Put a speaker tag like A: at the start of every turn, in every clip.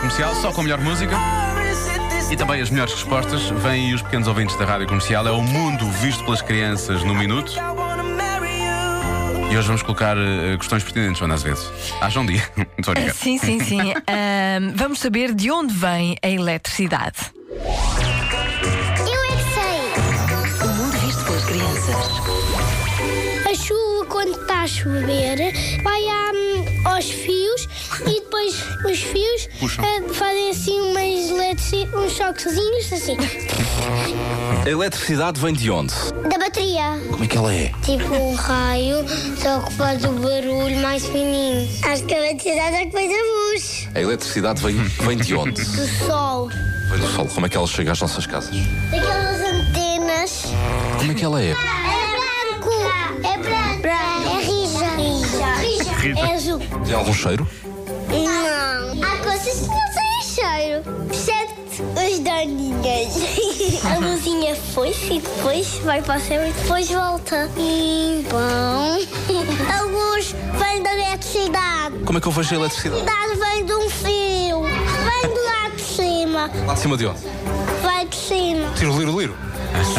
A: comercial, só com a melhor música. E também as melhores respostas vêm os pequenos ouvintes da rádio comercial. É o mundo visto pelas crianças no minuto. E hoje vamos colocar eh, questões pertinentes, Joana, às vezes. Haja um dia. Muito
B: Ah,
A: obrigado.
B: Sim, sim, sim. Ahm, vamos saber de onde vem a eletricidade.
C: Eu é que sei.
D: O mundo visto pelas crianças.
C: A chuva, quando está a chover, vai à, hum, aos fios e depois os fios
A: Puxam.
C: eh, fazem assim umas eletrici- uns choquezinhos assim.
E: A eletricidade vem de onde?
C: Da bateria.
E: Como é que ela é?
C: Tipo um raio, só que faz o barulho mais fininho. Acho que a eletricidade é que faz a luz.
E: A eletricidade vem, vem de onde?
C: Do sol.
E: Vem do sol. Como é que ela chega às nossas casas?
C: Daquelas antenas.
E: Como é que ela é?
C: É branco. É branco. É rija. Rija. É azul.
E: Tem algum cheiro?
C: Não. Há coisas que não têm cheiro. Exceto as daninhas. A luzinha foi-se e depois vai para o céu e depois volta. E bom. A luz vem da eletricidade.
E: Como é que eu vejo a
C: A
E: eletricidade?
C: eletricidade vem de um fio. Vem do lado de cima.
E: Lá de cima de onde?
C: Vai de cima.
E: Tiro, liro, liro.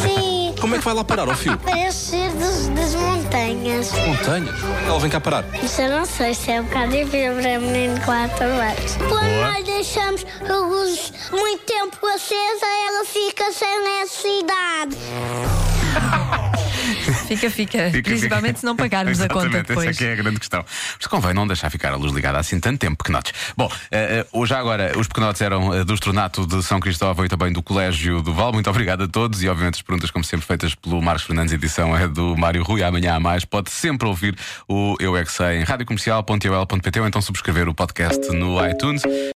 C: Sim.
E: Como é que vai lá parar ao fio?
C: Parece ser dos- das montanhas.
E: Montanhas. Como é que ela vem cá parar?
C: Isso eu não sei se é um bocado difícil para menino de 4 anos. Quando
A: Boa.
C: nós deixamos a luz muito tempo acesa, ela fica sem necessidade.
B: Fica, fica.
A: Fica,
B: principalmente
A: fica.
B: se não pagarmos a conta
A: Exatamente,
B: depois.
A: Essa aqui é a grande questão. Mas convém não deixar ficar a luz ligada assim tanto tempo, pequenotes. Bom, eh, eh, já agora, os pequenotes eram eh, do Estornato de São Cristóvão e também do Colégio do Val. Muito obrigado a todos e, obviamente, as perguntas, como sempre, feitas pelo Marcos Fernandes, edição é do Mário Rui. Amanhã a mais, pode sempre ouvir o Eu É Que Sei em radiocomercial.ol.pt ou então subscrever o podcast no iTunes.